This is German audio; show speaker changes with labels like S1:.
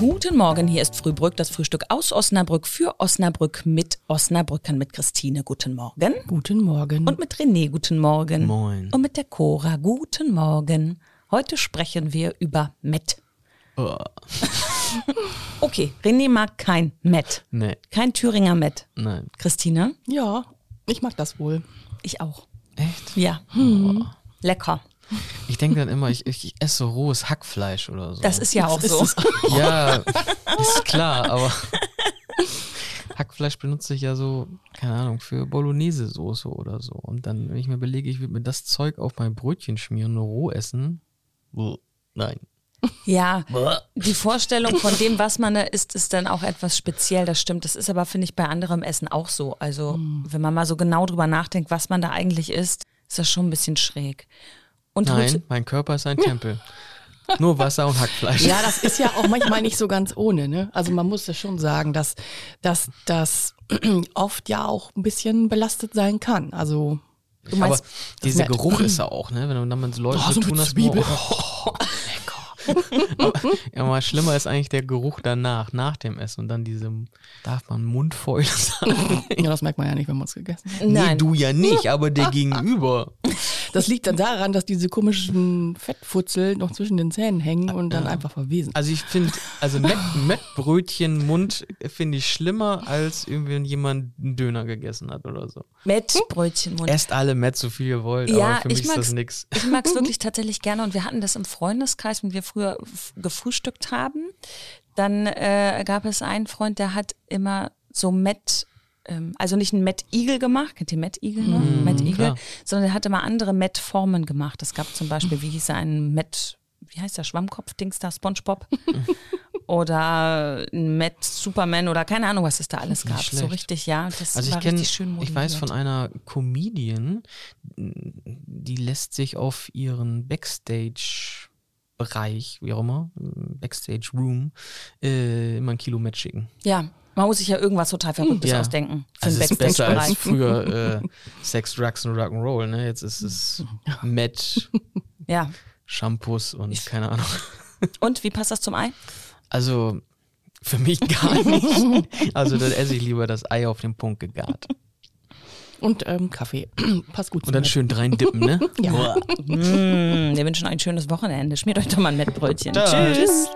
S1: Guten Morgen, hier ist Frühbrück, das Frühstück aus Osnabrück für Osnabrück mit Osnabrückern, mit Christine. Guten Morgen.
S2: Guten Morgen.
S1: Und mit René, guten Morgen.
S3: Moin.
S1: Und mit der Cora, guten Morgen. Heute sprechen wir über Met.
S3: Oh,
S1: Okay, René mag kein Met.
S3: nee,
S1: Kein Thüringer Met.
S3: nein.
S1: Christine?
S2: ja, ich mag das wohl.
S1: Ich auch.
S3: Echt?
S1: Ja. Hm. Lecker.
S3: Ich denke dann immer, ich, ich, ich esse so rohes Hackfleisch oder so.
S1: Das ist ja auch
S2: Ist
S1: so.
S2: das-
S3: Ja, ist klar, aber Hackfleisch benutze ich ja so, keine Ahnung, für Bolognese-Soße oder so. Und dann, wenn ich mir belege, ich würde mir das Zeug auf mein Brötchen schmieren und roh essen. Buh, Nein.
S1: Ja, die Vorstellung von dem, was man da isst, ist dann auch etwas speziell, das stimmt. Das ist aber, finde ich, bei anderem Essen auch so. Also, wenn man mal so genau drüber nachdenkt, was man da eigentlich isst, ist das schon ein bisschen schräg. Und
S3: Nein,
S1: Rüt-
S3: mein Körper ist ein Tempel. Nur Wasser und Hackfleisch.
S2: Ja, das ist ja auch manchmal nicht so ganz ohne. Ne? Also man muss ja schon sagen, dass dass das oft ja auch ein bisschen belastet sein kann. Also du
S3: aber
S2: meinst,
S3: dieser
S2: Met.
S3: Geruch ist ja auch, ne? Wenn du dann mit Leuten
S2: Oh,
S3: zu
S2: so
S3: tun
S2: mit
S3: hast,
S2: Zwiebel.
S3: boah, lecker. aber, aber schlimmer ist eigentlich der Geruch danach, nach dem Essen und dann diesem, darf man Mundfäule sagen?
S2: ja, das merkt man ja nicht, wenn man es gegessen hat.
S3: Nee,
S1: Nein.
S3: du ja nicht, aber der Gegenüber.
S2: Das liegt dann daran, dass diese komischen Fettfutzel noch zwischen den Zähnen hängen und dann einfach verwesen.
S3: Also ich finde, also Met, Mettbrötchen Mund finde ich schlimmer, als irgendwie wenn jemand einen Döner gessen hat oder so.
S1: Met Brötchenmund.
S3: Esst alle Met so viel ihr wollt,
S1: Ja,
S3: aber für
S1: ich
S3: mich ist das
S1: mag's-
S3: nix.
S1: Ich mag es wirklich tatsächlich gerne und wir hatten das im Freundeskreis, wenn wir früher f- gefrühstückt haben. Dann äh, gab es einen Freund, der hat immer so Met, ähm, also nicht einen Met-Igel gemacht, kennt ihr Met-Igel, ne? Met-Igel,
S3: Mhm, klar.
S1: sondern er hat immer andere Met-Formen gemacht. Es gab zum Beispiel, wie hieß er, einen Met, wie heißt der, Schwammkopf-Dings da, Spongebob? oder ein Met-Superman oder keine Ahnung, was es da alles gab. So
S3: schlecht.
S1: richtig, ja, das
S3: Also
S1: war
S3: ich kenne,
S1: richtig schön
S3: ich weiß von einer Comedian, die lässt sich auf ihren Backstage-Bereich, wie auch immer, Backstage-Room, äh, immer ein Kilo Met schicken.
S1: Ja, man muss sich ja irgendwas total Verrücktes
S3: Ja.
S1: ausdenken. Für
S3: Also es
S1: den
S3: ist besser als
S1: Backstage-Bereich.
S3: früher äh, Sex, Drugs und Rock'n'Roll, ne? Jetzt ist es Met,
S1: Ja.
S3: Shampoos und keine Ahnung.
S1: Und wie passt das zum Ei?
S3: Also für mich gar nicht. Also dann esse ich lieber das Ei auf den Punkt gegart.
S2: Und ähm, Kaffee. Passt gut
S3: Und dann
S2: Met.
S3: schön reindippen, ne?
S2: Ja.
S1: Mm, wir wünschen euch ein schönes Wochenende. Schmiert euch doch mal ein Mettbrötchen. Tschüss.